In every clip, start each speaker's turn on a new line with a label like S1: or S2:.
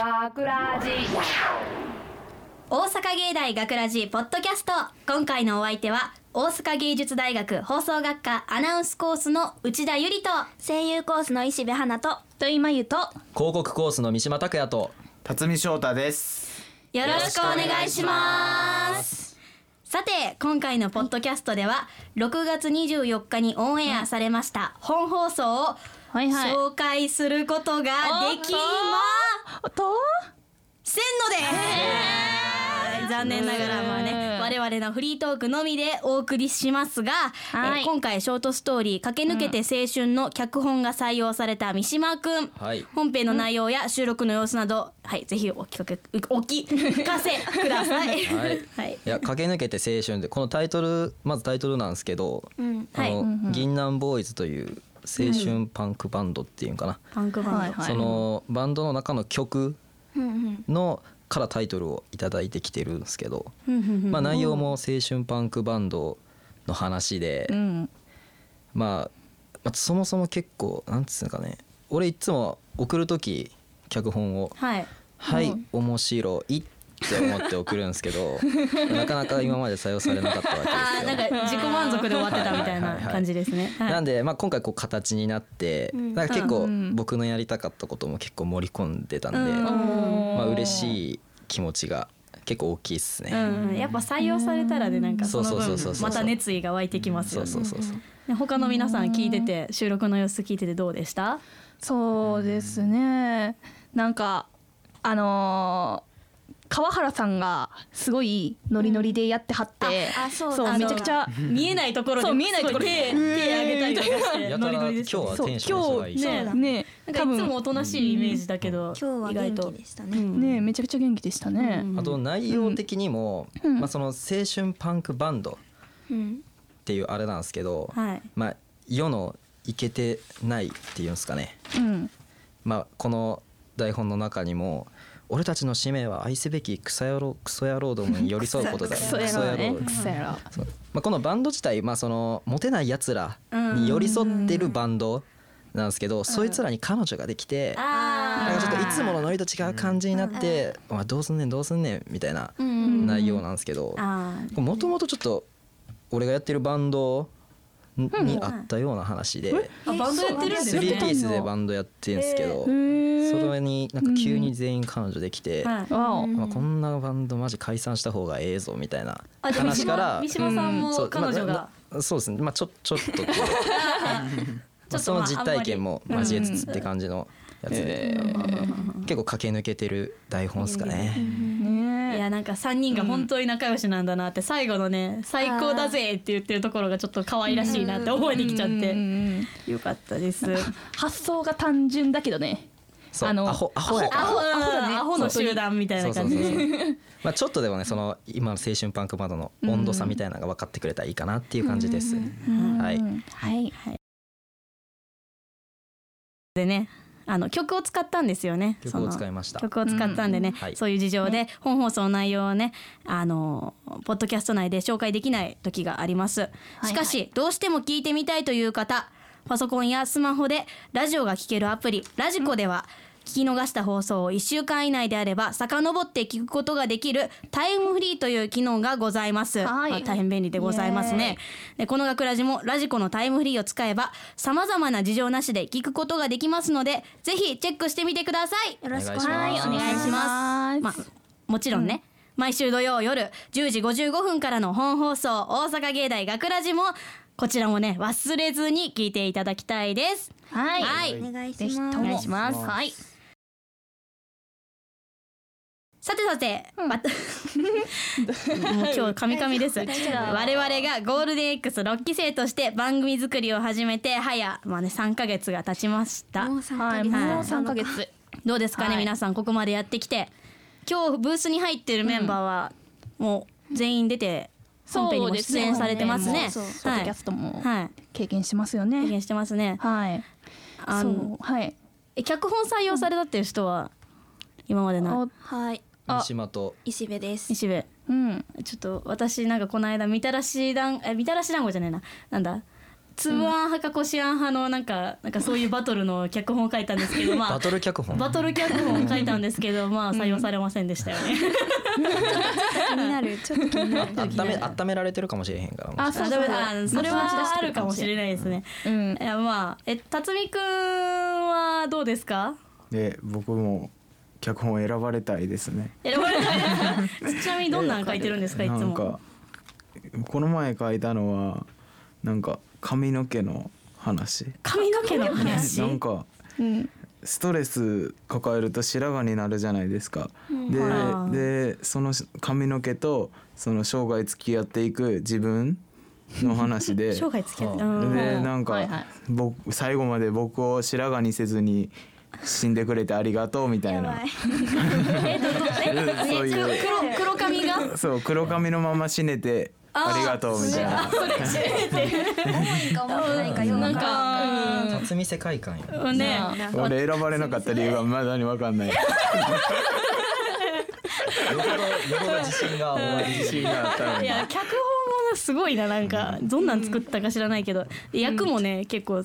S1: 学ラジ
S2: 大阪芸大学ラジポッドキャスト今回のお相手は大阪芸術大学放送学科アナウンスコースの内田ゆりと声優コースの石部花とといまゆと
S3: 広告コースの三島拓也と
S4: 辰巳翔太です。
S2: よろしくお願いしますさて今回のポッドキャストでは6月24日にオンエアされました本放送を
S1: はいはい
S2: 紹介することができま
S1: と
S2: せんのです残念ながらまあね我々のフリートークのみでお送りしますが、
S1: はい
S2: えー今回ショートストーリー「駆け抜けて青春」の脚本が採用された三島くん、
S3: はい
S2: 本編の内容や収録の様子など、はい、ぜひお聞かけお聞かせください。
S3: はい
S2: はい
S3: いや駆け抜けて青春でこのタイトルまずタイトルなんですけど、
S2: はい
S3: あの銀南ボーイズという青春パンクバンドっていうんかな、
S2: パンクバンド、
S1: はいはい
S3: そのバンドの中の曲のからタイトルをいただいてきてるんですけど、まあ内容も青春パンクバンドの話で、
S1: うん
S3: まあ、まあそもそも結構なんつうのかね俺いつも送る時脚本を
S2: はい
S3: はい、面白いって思って送るんですけど なかなか今まで採用されなかったわけですよ。
S2: あーなんか自己満足で終わってたみたいな感じですね。はい
S3: なんで、まあ、今回こう形になって、なんか結構僕のやりたかったことも結構盛り込んでたんで、まあ嬉しい気持ちが結構大きいですね。
S2: うんうん、やっぱ採用されたらでなんかその
S3: そうそうそ
S2: 分
S3: うそうそう
S2: また熱意が湧いてきますよ
S3: そう
S2: ね
S3: そうそうそう。
S2: ね他の皆さん聞いてて収録の様子聞いててどうでした
S1: そうですねなんかあのー川原さんがすごいノリノリでやってはって、
S2: ああそうだ
S1: めちゃくちゃ
S2: 見えないところで
S1: そう見えないところ
S2: 手
S1: で
S2: 手挙げたりとかし
S3: や
S2: て
S3: た
S2: ノ
S3: ら
S2: リノ
S3: 今
S2: リで
S3: 日
S2: すね
S3: は
S1: そう
S3: テンションの人がいい。
S2: そう今日な
S1: ね多
S2: んかいつ
S1: 分
S2: もおとなしいイメージだけど
S5: 今日は
S2: 意外
S5: 元
S2: と
S5: 気でしたね。
S1: ねめちゃくちゃ元気でしたね、
S3: あと内容的にも、まあ、その青春パンクバンド
S5: うん。
S3: っていうあれなんですけど、
S2: はい
S3: まあ、世のイケてないっていうんですかね、
S1: うん
S3: まあ、この台本の中にも「俺たちの使命は愛すべきクソ野郎クソ野郎どもに寄り添うことだ」
S5: ク
S1: そうやろうね
S3: クソ野郎
S1: そうやろう
S3: そうまあ、このバンド自体、まあ、そのモテないやつらに寄り添ってるバンドなんですけど、そいつらに彼女ができて、
S2: あ
S3: な
S2: ー
S3: んかちょっといつものノリと違う感じになって「お前どうすんねんどうすんねん」みたいな内容なんですけど。
S2: あー
S3: もともとちょっと俺がやってるバンドににあったような話で、
S2: あバンドやってるんです
S3: スリーピ
S2: ね
S3: ースでバンドやってるんですけど、
S1: へ
S3: それになんか急に全員彼女できて、
S2: はい
S1: わお
S3: まあ、こんなバンドマジ解散した方がええぞみたいな
S2: あでも
S3: 話から
S2: 三島三島さん
S3: そ
S2: も
S3: う
S2: 彼女
S3: ま
S2: が
S3: あなそうですね、まあ、ちょちょっとこうまあその実体験も交えつつって感じのやつで、結構駆け抜けてる台本ですかね。
S2: いやなんか3人が本当に仲良しなんだなって最後のね「最高だぜ!」って言ってるところがちょっと可愛らしいなって思えてきちゃってよかったです。
S1: 発想が単純だけどね
S3: そう
S1: あの
S3: アホアホやから
S2: アホ
S1: アホだね
S2: アホの集団みたい
S3: そ
S2: な
S3: うそ
S2: 感
S3: う
S2: じ
S3: そう
S2: で
S3: そうまあちょっとでもねその今の青春パンクバンドの温度差みたいなのが分かってくれたらいいかなっていう感じです。はい。
S1: はい
S2: でねあの曲を使ったんですよね
S3: 曲を使い
S2: ま
S3: ました。
S2: 曲を使ったんでね、
S3: はい
S2: そういう事情で本放送の内容をねあのポッドキャスト内で紹介できない時があります
S1: い
S2: しかし、どうしても聞いてみたいという方パソコンやスマホでラジオが聴けるアプリラジコでは、聞き逃した放送を1週間以内であれば遡って聞くことができるタイムフリーという機能がございます、
S1: はい
S2: まあ大変便利でございます
S1: イエーイ
S2: ねでこの学ラジもラジコのタイムフリーを使えばさまざまな事情なしで聞くことができますのでぜひチェックしてみてください
S5: よろしくお願い
S3: は
S5: しま
S3: い
S5: す。
S3: お願い
S1: します
S2: まあ、もちろんね、毎週土曜夜10時55分からの本放送大阪芸大学ラジもこちらもね忘れずに聞いていただきたいです。
S1: はい
S2: はい
S5: お願いし
S1: ぜひと
S5: ます。
S1: も
S2: 願いします
S1: はい
S2: さてさて、またもう今日カミカミです。我々がゴールデン X6 期生として番組作りを始めて早まあね3ヶ月が経ちました
S5: も。う三
S1: は
S5: ヶ
S1: い
S5: 月。
S1: もう三ヶ月
S2: どうですかね、
S1: はい
S2: 皆さんここまでやってきて今日ブースに入ってるメンバーはもう全員出て本編に
S1: そう
S2: も
S1: です
S2: 出
S1: ね
S2: 演されてますね。
S5: そうそう
S1: ポ
S2: は
S1: ッド
S2: い
S1: キャストも
S2: はい、
S1: 経験してますよ
S2: 経
S1: ね
S2: 験してますね。
S1: はい
S2: あ
S1: そ
S2: の
S1: うはい
S2: え脚本採用されたっていう人は今までの
S1: あ
S5: はい。
S3: 三島と
S5: 石部です。
S2: 西部
S1: うん
S2: ちょっと私なんかこの間みたらし団えみたらし団子じゃねえななんだつぶあん派かこしあん派のなんかなんかそういうバトルの脚本を書いたんですけどまあ
S3: バトル脚本
S2: バトル脚本を書いたんですけどまあ採用されませんでしたよね。
S5: 気になるちょっと気になる
S3: あ温め温められてるかもしれへんからもし
S1: あそうそう
S2: あでもあそれはあるかもしれ
S1: ない
S2: ないですね。
S1: うん
S2: いやまあえ辰巳くんはどうですか？
S4: で僕も脚本選ばれたいですね
S2: 選ばれない ですかちなみにどんなん書いてるんですかいつ
S4: なん
S2: も
S4: か。この前書いたのはなんか髪の毛の話
S2: 髪の毛の話。
S4: なんか
S1: うん
S4: ストレス抱えると白髪になるじゃないですか、
S2: はい
S4: ででその髪の毛とその生涯付き合っていく自分の話で
S2: 生涯付き合って。う
S4: で
S2: ん
S4: なんか、
S1: はいはい
S4: 僕最後まで僕を白髪にせずに死んでくれてありがとうみたいな
S2: えっとえ
S4: そういう
S2: え 黒黒髪が。
S4: そう黒髪のまま死ねて
S2: あー
S4: ありがとうみたいな
S5: か思ってないかよく
S2: な
S5: わ
S2: ん
S5: から
S2: か
S5: ん
S2: うん
S3: 辰巳世界観や
S2: うんね
S4: 俺選ばれなかった理由がまだに分かん ない
S3: よほどよほど自信が終わり
S4: 自信があったの
S2: い
S4: に
S2: や脚本もすごいななんかどんなん作ったか知らないけど役もね結構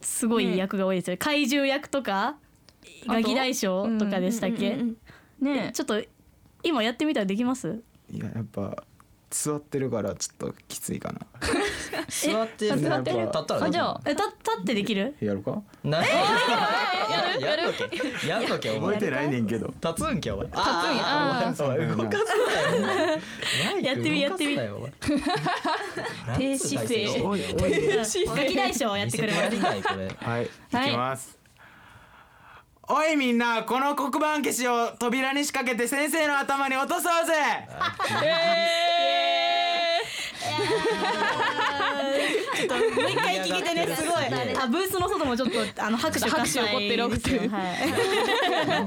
S2: すごい役が多いですよ怪獣役とかガキ大将とかでしたっけ
S1: ね
S2: ちょっと今やってみたらできます
S4: いややっぱ座ってるからちょっときついかな
S3: 座ってる
S4: 座ってる
S3: 立ったら
S1: あじゃあ
S2: え立立ってでき る
S4: やるか
S3: なややるとけやるとけお
S4: 覚え
S3: 前
S4: てないねんけど
S3: 立つんけお前立つんやお前動かすなよマイク
S2: やってみやってみ
S3: 動かすなよお前
S1: 低姿勢
S3: 立つ体勢おいおい
S2: ガキ大将をやってくれま
S3: や
S2: す
S3: りたいこれ
S4: はい、
S1: はい
S4: いきますおいみんなこの黒板消しを扉に仕掛けて先生の頭に落とそうぜ
S2: ちょっともう一回聞いてねすごいあブースの外もちょっとあの拍手喝采
S1: 拍手起こってる起こってる
S2: は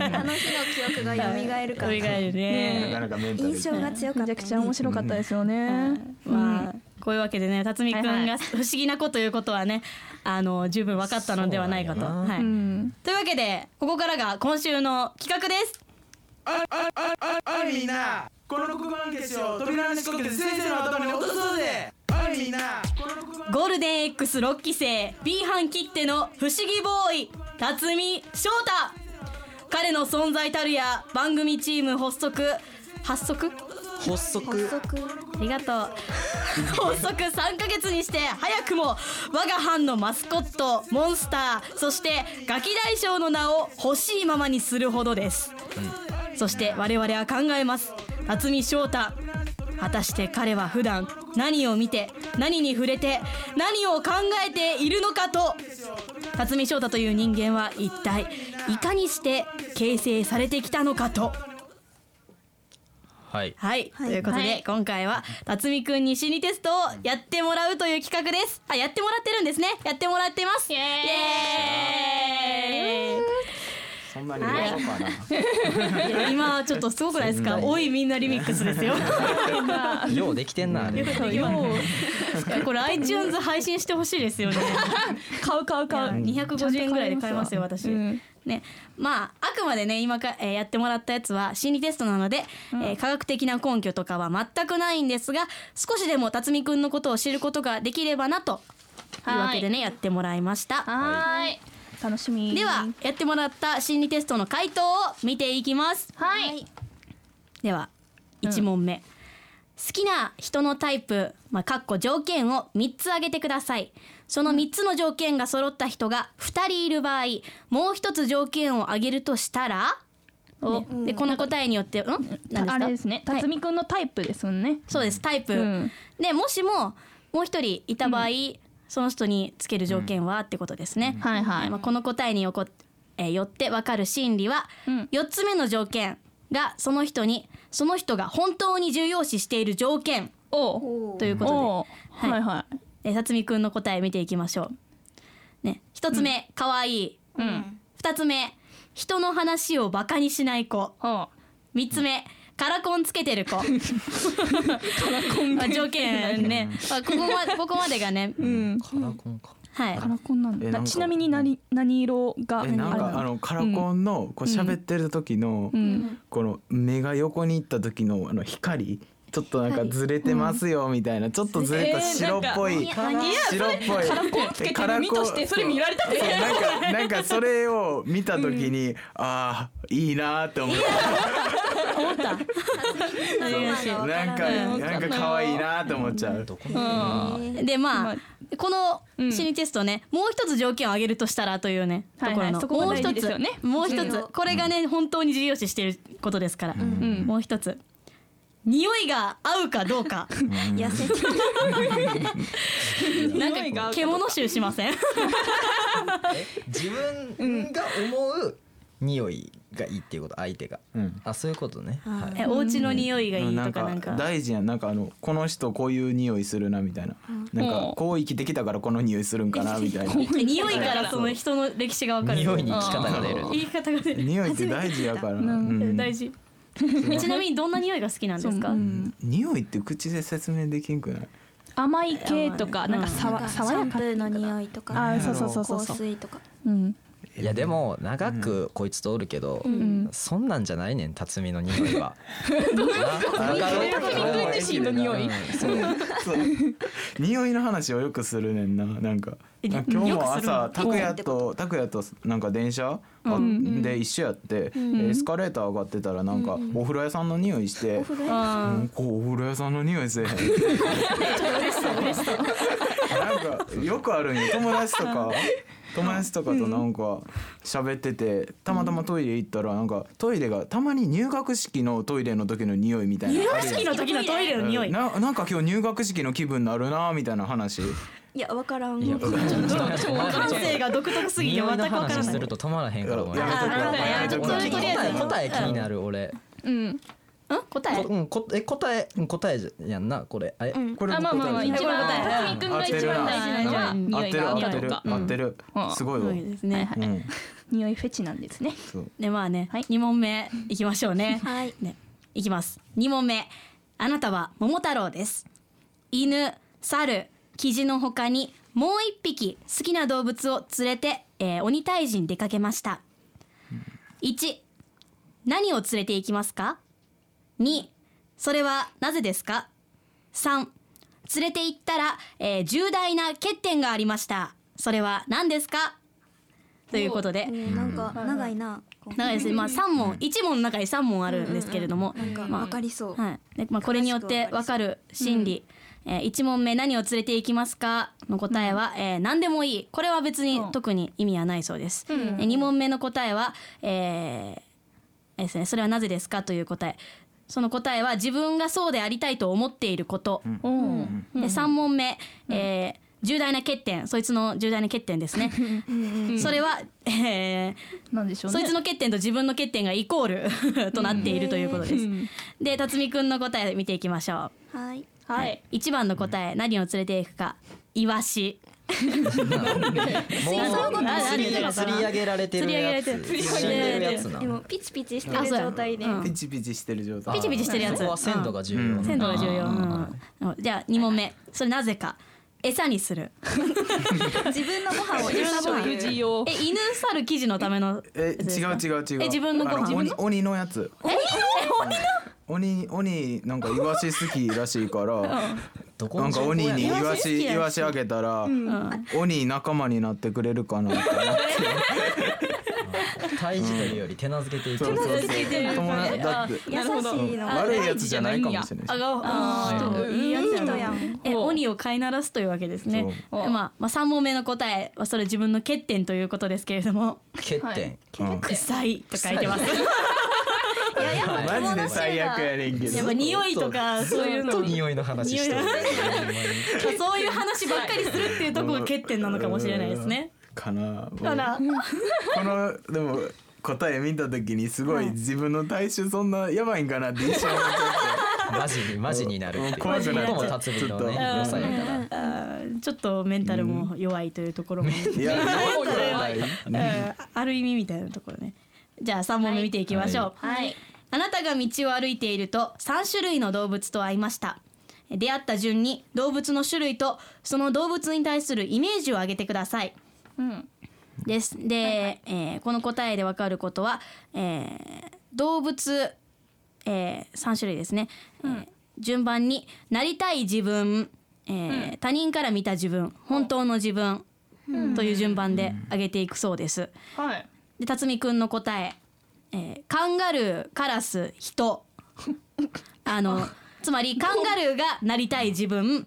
S2: い
S5: あの日の記憶が蘇るか
S2: 蘇
S5: ら
S2: る
S4: な
S2: ね
S4: かなかメンタル
S5: 印象が強か
S1: めち
S5: った
S1: ゃくちゃ面白かったですよね
S2: まあこういうわけでね辰巳く
S1: は
S2: ん
S1: いは
S2: が
S1: い
S2: 不思議な子ということはねあの十分分かったのではないかと
S3: そうなんやな
S2: はい
S1: うん
S2: というわけでここからが今週の企画です
S4: おいみんなこの黒板消しを扉に仕掛けて先生の頭に落とそうぜおいみんな
S2: ゴールデン X 六期生 B 班切手の不思議ボーイ辰巳翔太彼の存在たるや番組チーム発足発足
S3: 発足
S2: ありがとう発足3ヶ月にして早くも我が班のマスコットモンスターそしてガキ大将の名を欲しいままにするほどです、そして我々は考えます辰巳翔太果たして彼は普段何を見て何に触れて何を考えているのかと辰巳翔太という人間は一体いかにして形成されてきたのかと
S3: はい
S2: はい、
S5: はい
S2: ということで、
S1: はい
S2: 今回は辰巳くんに心理テストをやってもらうという企画ですあやってもらってるんですねやってもらってますイエ
S4: そんなに言わんかな
S2: ーイいや今ちょっとすごくないですか
S3: すごい
S2: おいみんなリミックスですよ
S3: ようできてんなあれ
S2: そうようこれ iTunes 配信してほしいですよね
S1: 買う買う買う
S2: 250円ぐらいで買えますよ私、
S1: うん
S2: ねまああくまでね今か、えーやってもらったやつは心理テストなので、えー科学的な根拠とかは全くないんですが少しでも辰巳くんのことを知ることができればなというわけでねやってもらいました
S1: はい楽しみ
S2: ではやってもらった心理テストの回答を見ていきます
S1: はい
S2: では1問目、好きな人のタイプ、まあ、かっこ条件を3つ挙げてくださいその3つの条件が揃った人が2人いる場合もう一つ条件を挙げるとしたら、
S1: お
S2: ねでこの答えによってうん何ですか
S1: あれですね
S2: はい
S1: 辰巳くんのタイプですもんね
S2: そうですタイプ、
S1: うん
S2: でもしももう一人いた場合、その人につける条件はってことですね、
S1: はいはい
S2: まあ、この答えによこ、えーよってわかる心理は、
S1: うん
S2: 4つ目の条件がその人にその人が本当に重要視している条件
S1: お
S2: ということ
S1: お
S2: で
S1: はいは
S2: でえー辰巳くんの答え見ていきましょう、ね、1つ目、かわいい、
S1: いうん
S2: 2つ目人の話をバカにしない子
S1: お
S2: 3つ目、カラコンつけて る子カラコン条件ね、まあ、ここまここまでがね、
S1: うん
S3: カラコンか
S2: はい
S1: カラコンなんだ
S4: えなんか
S1: なちなみに何何色が
S4: えなんかあのカラコンのこう喋ってる時の
S1: うん
S4: この目が横に行った時のあの光ちょっとなんかずれてますよみたいな、ちょっとずれた白っぽい、
S5: えーなんか
S4: 白っぽい
S6: こうつけてる身としてそれ見られたって
S4: そうなんかなんかそれを見た時に、ああいいなーって思った
S2: 思った。
S4: なんか
S6: うん
S4: なんか可愛いなーって思っちゃう、
S2: でまあこ
S6: ん
S2: の心理テストね、もう一つ条件を挙げるとしたらというねと
S1: はいは
S2: ころ
S1: い
S2: の、
S1: そこが
S2: もう
S1: 大
S2: 一
S1: 事で
S2: つ
S1: すよね
S2: もう一
S5: 重
S2: つ
S5: 要
S2: これがね本当に重要視してることですから、
S6: ん
S2: もう一つ匂いが合うかどうか
S5: 痩せて
S2: なん
S6: 匂いが合う
S2: か
S6: か
S2: 獣臭しません
S3: 自分が思う匂いがいいっていうこと相手が、
S4: うん
S3: あそういうことね、は
S2: えお家の匂いがいい
S4: なん
S2: とか
S4: か
S2: なんか
S4: 大事やんなんかあのこの人こういう匂いするなみたいな、なん
S6: う
S4: か
S6: ん
S4: こう生きてきたからこの匂いするん かなみたいな
S2: え匂いからその人の歴史がわか
S3: い、
S2: る
S3: 匂いに生き方が出る
S2: 言い方が出る
S4: 匂いって大事やから、うん
S2: 大事ちなみにどんな匂いが好きなんですか、
S4: 匂いって口で説明できんくない
S1: 甘い系とかなんかさ
S5: なん
S1: わ
S5: かシ
S1: 爽
S5: ャ
S1: や
S5: ンプ
S1: か
S5: ーの匂いとか
S1: あーそうそうそうそう
S5: 香
S1: そう
S5: 水とか
S1: うん
S3: いやでも長くこいつとおるけど、
S1: ん
S3: そんなんじゃないねん辰巳の匂いは。
S6: 自分自身の匂い
S4: そう匂いの話をよくするねんななんか
S2: え
S4: なんか今日
S2: よく
S4: も
S2: するの
S4: 朝拓也と拓也となんか電車あで一緒やってエスカレーター上がってたらなんかお風呂屋さんの匂いして
S5: お風呂屋
S2: あ
S4: こうお風呂屋さんの匂いせ えへんなんかよくあるんよ友達とか友達とかとなんか喋っててたまたまトイレ行ったらなんかトイレがたまに入学式のトイレの時の匂いみたいな入
S2: ー意識の時のトイレの匂い
S4: ななんか今日入学式の気分になるなみたいな話
S5: いやわからん。
S3: いや
S2: 感性が独特すぎて
S3: 匂
S2: 全
S3: い
S2: く分
S3: の
S2: から
S3: 話
S2: な
S3: す
S2: い
S3: ると止まらへんからお前
S4: やめとこう
S2: あ
S4: やめ
S2: やめと
S4: とこう
S2: こう
S4: やめとこう
S2: とりあえず
S3: 答え気になる俺。
S1: うん
S2: ん答え
S3: こうんこえ答えうん答えじゃやんなこれ。え
S4: これ
S1: あまあまあまあ一
S4: 答え
S1: 番
S2: 答
S1: 辰
S2: え
S1: 巳君が一番大事なのは
S4: 合っ
S1: 匂い
S4: てる
S1: が
S4: 合
S1: 合
S4: っ
S1: う
S4: て
S1: か
S4: る
S1: どうか
S4: 合ってる
S1: うん
S4: すごいわ
S2: そうですね
S4: うん
S1: 匂いフェチなんですね
S4: そう
S2: でまあね、
S1: はい
S2: 2問目いきましょうね
S5: はい
S2: ねいきます。2問目。あなたは桃太郎です。犬、猿、キジの他にもう一匹好きな動物を連れて、えー鬼退治に出かけました。1、何を連れて行きますか ?2、それはなぜですか ?3、連れて行ったら、えー重大な欠点がありました。それは何ですかということで
S5: お、ーなんか長いなこう
S2: 長いですね。まあ三問、一問の中に三問あるんですけれども、
S5: なんか
S2: まあ
S5: わかりそう
S2: はい。でまあこれによってわかる心理。えー一問目何を連れて行きますかの答えは、えー何でもいい。これは別に特に意味はないそうです。えー二問目の答えは、えーえーですね。それはなぜですかという答え。その答えは自分がそうでありたいと思っていること。
S1: うん
S2: で3問目、えー重大な欠点そいつの重大な欠点ですね それは、えー
S1: なんでしょう
S2: そい
S1: ね
S2: つの欠点と自分の欠点がイコールとなっているということです。で辰巳くんの答え見ていきましょ
S5: はい。
S1: はい
S2: い。1番の答え、何を連れていくかイワシ。そういうことああれ
S3: もう釣り釣り上げられてるやつ
S2: 釣り上げられてる
S3: 死んでるやつな
S5: で。もピチピチして
S2: あ
S5: る
S2: そうや
S5: 状態で
S2: うん
S4: ピチピチしてる状態
S2: ピチピチしてるやつ
S3: そこは鮮度が重要。
S2: 鮮度が重要。う
S3: うん
S2: んじゃあ2問目それなぜか餌にする。
S5: 自分のご飯を
S6: 自分の食事を
S2: え犬猿記事のための
S4: え
S2: やつです
S4: 違
S2: か
S4: う違う違う
S2: え自分のご
S4: あ
S2: 飯
S4: 鬼鬼のやつ
S2: え
S4: 鬼鬼なんかイワシ好きらしいから
S3: どこ
S4: なんか鬼にイワシ
S2: イワシ好きやし
S4: イワシあげたら鬼仲間になってくれるかなって思って
S3: 退治というより手なずけていく。
S4: そうそうそう友達だって
S5: 優しいの
S4: 悪いやつじゃないかもしれ
S2: あ
S4: ないし
S2: があーいいやつや
S5: 人
S2: な
S5: やん
S2: え鬼を飼いならすというわけですね。
S1: そう
S2: まあまあ3問目の答えはそれ自分の欠点ということですけれども
S3: 欠
S1: は
S3: 点
S1: い。
S4: うん
S2: 臭いと書いてます。
S5: いやいや
S4: マジで最悪やねんけ
S2: やっ
S4: ど
S2: ぱ匂いとかそういうの
S3: ずっと匂いの話してる。
S2: そういう話ばっかりするっていうところが欠点なのかもしれないですね。
S4: かな
S2: だから
S4: このでも答え見た時にすごい自分の体臭そんなやばいんかなって一瞬思っちゃって
S3: マジにマジになるっていう。
S4: もう怖くなっちゃう
S3: ここも辰巳のね
S4: ちょっと
S3: 良さやから。
S2: あーちょっとメンタルも弱いというところも、
S4: いや
S6: もう弱い
S2: うんある意味みたいなところね。じゃあ3問目見ていきましょう。
S5: はい
S2: あなたが道を歩いていると3種類の動物と会いました。出会った順に動物の種類とその動物に対するイメージを挙げてください。
S1: うん
S2: です。で、えーこの答えでわかることは、えー動物、え3種類ですね、えー順番になりたい自分、えー他人から見た自分本当の自分という順番で上げていくそうです。
S1: はい。
S2: で辰巳くんの答え、えーカンガルーカラス人あのつまりカンガルーがなりたい自分、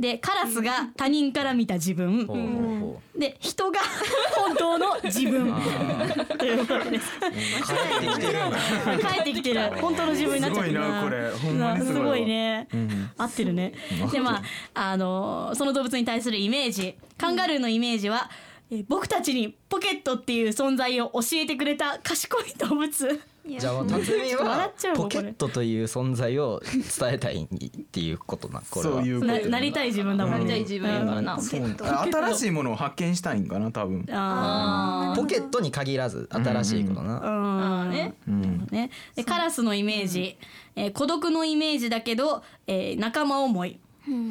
S2: でカラスが他人から見た自分、
S3: ほうほうほ
S2: で人 が本当の自分ということです
S3: う帰ってきてるんだ
S2: 帰ってきてる本当の自分になっちゃってる
S4: すごいなこれほんまにすごい
S2: なす
S4: わ
S2: ごいね、
S4: ん
S2: 合ってるねでまああのーその動物に対するイメージカンガルーのイメージは、えー僕たちにポケットっていう存在を教えてくれた賢い動物
S5: いや
S3: じゃあもう辰巳
S2: 笑っ
S3: は
S2: ちゃうもん
S3: ポ
S2: こ
S3: ケ
S2: れ
S3: ットという存在を伝えたいっていうことなこれは
S4: そういうこと
S2: ななりたい自分だも
S1: なんりたい
S2: ね
S1: 自分やからな。
S3: そうなんだ
S4: 新しいものを発見したいんかな多分
S2: あ
S3: ポケットに限らず新しいことな、
S2: ーうんね
S4: うん
S2: ね、でカラスのイメージ、えー孤独のイメージだけど、えー仲間思い、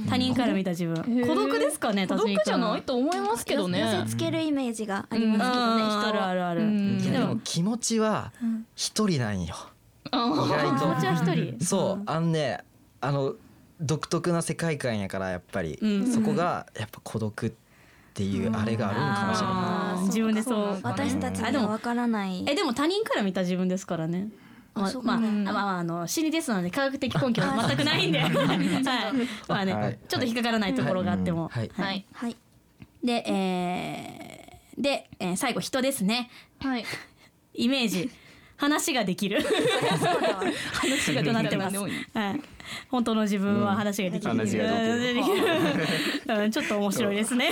S2: 他人から見た自分、
S1: へー
S2: 孤独ですかね
S1: 孤
S2: 辰巳君
S1: 独じゃないと思いますけどね
S5: 寄せ。つけるイメージがありますけどね、
S2: あ
S5: 人
S2: る
S5: は
S2: あるある、
S1: うん
S3: いや
S2: で
S3: で
S2: も
S3: も気持ちは一人なんよ、
S1: あ
S3: 意外
S2: 気持ち
S3: と
S2: は一人
S3: そうあのねあの独特な世界観やからやっぱり、
S2: うん
S3: そこがやっぱ孤独っていうあれがあるのかもしれない、
S2: あー自分でそう
S5: 私たちにはわからない
S2: えでも他人から見た自分ですからねまあ
S5: そう
S2: ま
S5: か
S2: あ、まあまああの心理テストなので科学的根拠は全くないんで、はい、まあね、
S3: はい
S2: ちょっと引っかからないところがあっても、
S3: はい、
S1: はい。
S5: はい
S2: で、えーで、えー最後人ですね
S1: はい。
S2: イメージ話ができる
S5: そうだわ
S1: 話が
S2: と
S1: ど
S2: な
S1: な
S2: っ
S1: ってて
S2: ま
S1: ますす。
S2: はい本当の自分は話ができる、
S4: うん話がで
S2: きる、うん、ちょっと面白いですね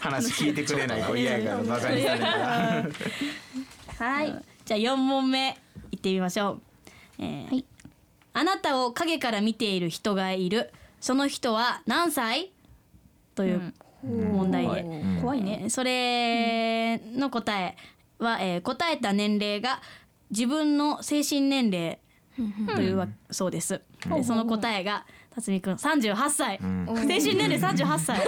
S4: 話聞いてくれない子嫌やからバカにされるから
S5: はい
S2: じゃあ4問目いってみましょう、えーあなたを影から見ている人がいるその人は何歳という問題で、
S1: 怖い
S2: えーそれの答えは、えー答えた年齢が自分の精神年齢というわ、そうです、でその答えが辰巳くん38歳、精神年齢38歳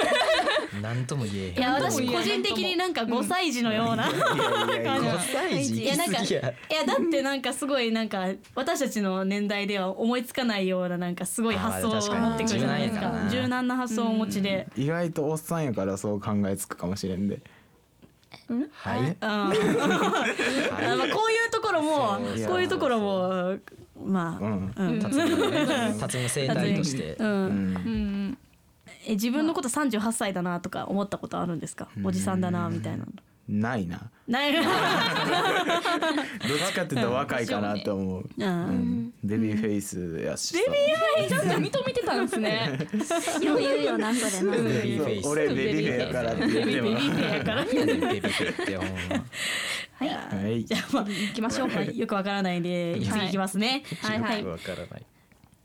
S3: なんとも言え
S2: い
S3: へん
S2: や私個人的になんか5歳児のような感じ
S3: 5歳児
S2: いやなんか
S3: 言い過
S2: いや
S3: ぎや
S2: だってなんかすごいなんか私たちの年代では思いつかないようななんかすごい発想を持ってくるじゃないです
S3: あー確か
S2: か
S3: に
S2: 柔
S3: 柔
S2: 軟な発想をお持ちで、
S4: 意外とおっさんやからそう考えつくかもしれんで
S2: う
S3: はい
S2: んあーまあこういうところも
S4: そうそう
S2: こういうところもまあ、
S4: うん
S2: うん
S3: 辰巳のね辰巳の生態として
S2: うん
S4: うん
S1: うん。
S2: え自分のこと38歳だなとか思ったことあるんですかおじさんだなみたいなの
S4: ないな
S2: ない、
S4: どっちかって言ったら若いかなと思う
S2: う
S4: うんんデビーフェイスやしデ
S1: ちゃんと認めてたんですね。
S5: よう言うよなそれな
S3: ベビーフェイス
S4: 俺ベビーフェイスやからって言っても
S3: なんやねんベビーフェイスってほんま
S4: はい
S2: じゃあまあ行きましょうかよくわからないんで次行きますね
S1: はいはい。
S3: わからない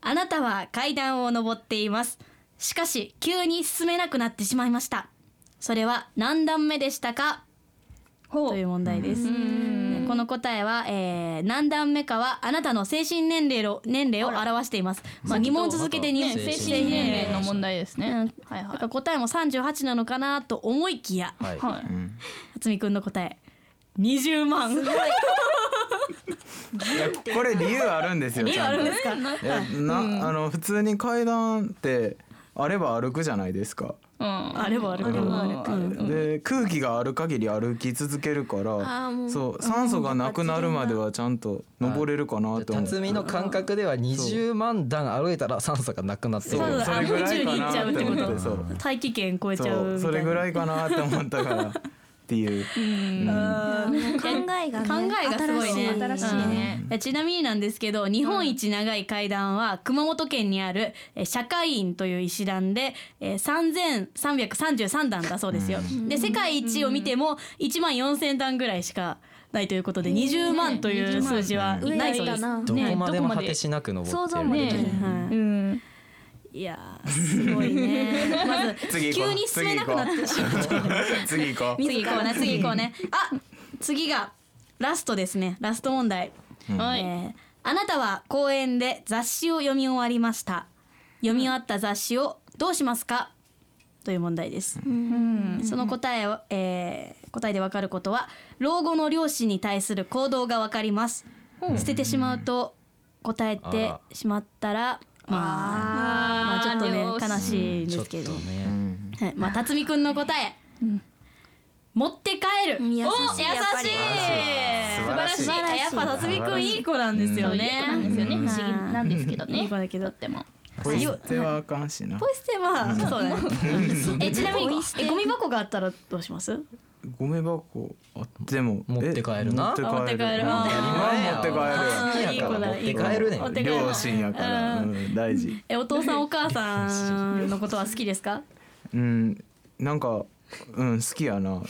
S2: あなたは階段を上っています。しかし、急に進めなくなってしまいました。それは何段目でしたか
S1: ほ
S2: という問題です。この答えは、えー何段目かはあなたの精神年齢を年齢を表しています。まあ、2問続けて2問
S3: ね
S1: 精
S3: 精
S1: 神
S3: 神
S1: 年
S2: 年
S1: 齢の
S2: 齢
S1: 問題ですね。はい
S2: だから
S1: は
S2: 答えも38なのかなと思いきや、
S3: はい
S1: い。はい。
S2: 辰巳くんの答え20万。
S4: いやこれ理由あるんですよ
S2: 理
S4: ち
S2: 由
S4: ゃ
S2: あ
S4: ん
S2: る
S4: と
S2: んですか？
S4: いやなあの普通に階段ってあれば歩くじゃないですか
S1: うん。
S2: あればあるけど、うん
S4: で空気がある限り歩き続けるからそう酸素がなくなるまではちゃんと登れるかなと思う
S3: 辰巳の感覚では20万段歩いたら酸素がなくなってる
S4: そ
S2: そう
S4: うそれぐらいかなって思
S2: あもう
S4: ってそう
S2: 大気圏超えちゃう
S4: そう
S2: みたい
S4: それ
S2: な
S4: ぐ。らいかなって思ったからっていう
S5: あー考えがね
S2: 考えがすごいね
S5: 新しい
S2: うん
S5: 新しいね
S2: いやちなみになんですけど日本一長い階段は熊本県にあるえー社会院という石段でえー3333段だそうですよ。で世界一を見ても1万4000段ぐらいしかないということで20万という数字は
S5: 上
S2: ないそうで
S5: だ
S2: す。
S5: な
S3: どこまでも
S1: ねどこま
S3: 果
S1: で
S3: てしなく登ってる
S5: 想像もできない
S2: はい
S1: うん。
S2: いやーすごい ね。まず
S4: 次行こ
S2: 急
S4: う
S2: に進めなくなってしまった。
S4: 次行こう
S2: 次行こうね次行こうね。あ次がラストですねラスト問題。
S1: は
S2: え
S1: い。
S2: ーあなたは公演で雑誌を読み終わりました読み終わった雑誌をどうしますかという問題です、
S1: うん。
S2: その答えを、えー答えでわかることは老後の両親に対する行動がわかります、捨ててしまうと答えて
S3: あ
S2: しまったらまあまあちょっとね悲しいんですけど、
S3: ちょっとね、
S4: うん
S2: はい、まあ辰巳くんの答え、持って帰る
S5: うん優しい
S2: お
S5: やっぱり
S2: 優しい
S4: 素晴らしい
S2: 素晴らしいやっぱ辰巳くんいい子なんですよね、
S1: なんですよね不思議なんですけど
S2: い
S1: ね
S2: い子だけど
S1: とっても
S4: ポイ捨てはあかんしな
S2: ポイ捨てはそうだね えちなみにえゴミ箱があったらどうします
S4: ゴミ箱あでも
S3: 持って帰るな
S2: あ持
S4: え持
S2: っ
S4: って
S2: 帰
S4: て帰
S2: る
S4: る
S2: あー
S4: 持って帰る
S2: あーいい子だ
S3: 好きやから持って帰るね
S2: いい子だ
S4: 両親やから、
S2: う
S4: うんん、大事
S2: えお父さんお母さんのことは好きですか
S4: うんなんかうん好きやな
S2: 好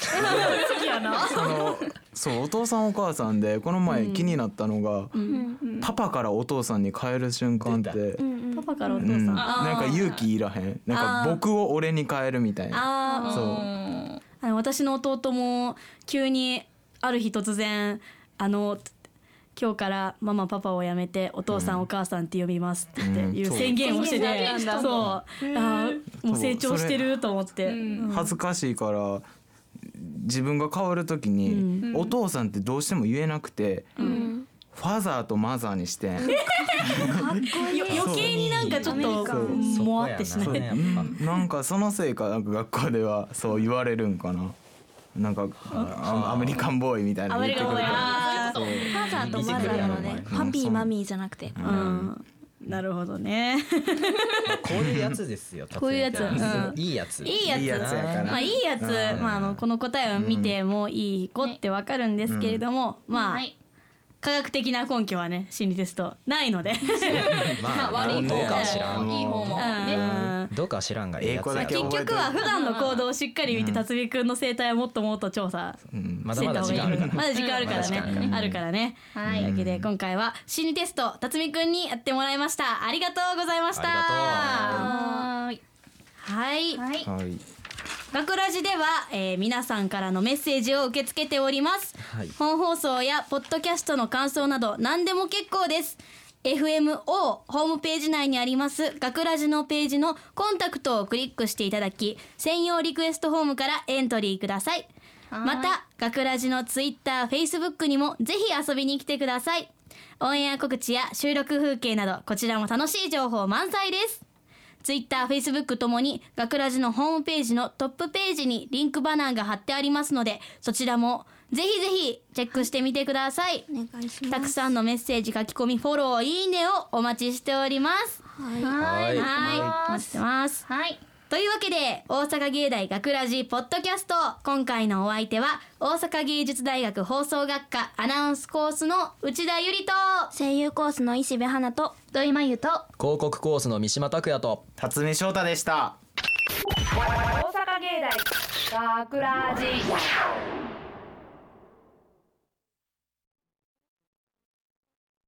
S2: きやな
S4: そのそうお父さんお母さんでこの前気になったのが、パパからお父さんに変える瞬間って、
S2: パパからお
S4: う
S2: 父さん、
S4: ん、
S2: あ
S4: なんか勇気いらへんなん
S2: あー
S4: か僕を俺に変えるみたいな
S2: あー
S4: そう
S2: あの私の弟も急にある日突然「あの今日からママパパを辞めてお父さん、お母さんって呼びます」って言っていう
S4: うんそう
S2: 宣言をしてて、そうあーもう成長してると思って、
S4: 恥ずかしいから自分が変わる時に、お父さんってどうしても言えなくて、ファザーとマザーにしてん
S2: よ余計になんかちょっと
S5: そう
S2: もわってしない
S3: そこやなやっぱ
S4: なんかそのせいかなんか学校ではそう言われるんかななんかあアメリカンボーイみたいな
S2: ア
S4: の
S2: メ
S4: 言
S2: リ
S4: って
S2: カ
S4: く
S2: 語
S4: る
S2: や
S4: か
S2: な
S5: ファザーとマザーのねパピーマミーじゃなくて
S2: うんなるほどね
S3: こういうやつですよ。
S2: こういうやつうん
S3: いいやつ。
S2: いいや
S4: ら
S2: つ
S4: いいやつやから
S2: まあいいやつ、まあ、あのこの答えを見てもいい子ってわかるんですけれども、まあ、
S1: はい
S2: 科学的な根拠はね心理テストないので
S3: まあ
S6: まあ悪い
S3: どう
S6: 方
S3: か
S6: も
S3: は知らん。
S6: いい方も
S2: うん
S3: どうかは知らんがいいやつ
S4: 英語だ
S3: や
S4: け
S2: 結
S4: 覚えてる
S2: 局は普段の行動をしっかり見て辰巳くんの生態をもっともっと調査
S3: ま
S2: し
S3: だ
S2: てた
S3: まだ
S2: 方
S3: 時
S2: が
S3: 間
S2: い
S3: ある
S2: い
S3: から。
S2: まだ時間あるからねあるからね
S1: はい
S2: というわけで今回は心理テスト辰巳くんにやってもらいましたありがとうございました
S3: あ
S1: はーい
S2: はい
S1: はい
S4: らはい
S2: 学ラジでは、えー皆さんからのメッセージを受け付けております、
S3: はい
S2: 本放送やポッドキャストの感想など何でも結構です FMO ホームページ内にあります学ラジのページのコンタクトをクリックしていただき専用リクエストフォームからエントリーください
S1: はーい
S2: また学ラジのツイッター、フェイスブックにもぜひ遊びに来てくださいオンエア告知や収録風景などこちらも楽しい情報満載ですツイッター、フェイスブックともに学ラジのホームページのトップページにリンクバナーが貼ってありますのでそちらもぜひぜひチェックしてみてください
S5: お願いしたま
S2: く
S5: す
S2: さんのメッセージ書き込みフォローいいねをお待ちしております
S5: は
S3: はい
S2: はい待ってます
S1: はい
S2: というわけで大阪芸大学ラジポッドキャスト今回のお相手は大阪芸術大学放送学科アナウンスコースの内田ゆりと
S5: い声優コースの石部花と
S1: 土井真由と
S3: 広告コースの三島拓也と。
S4: 辰巳翔太でした
S7: 大阪芸大学ラジ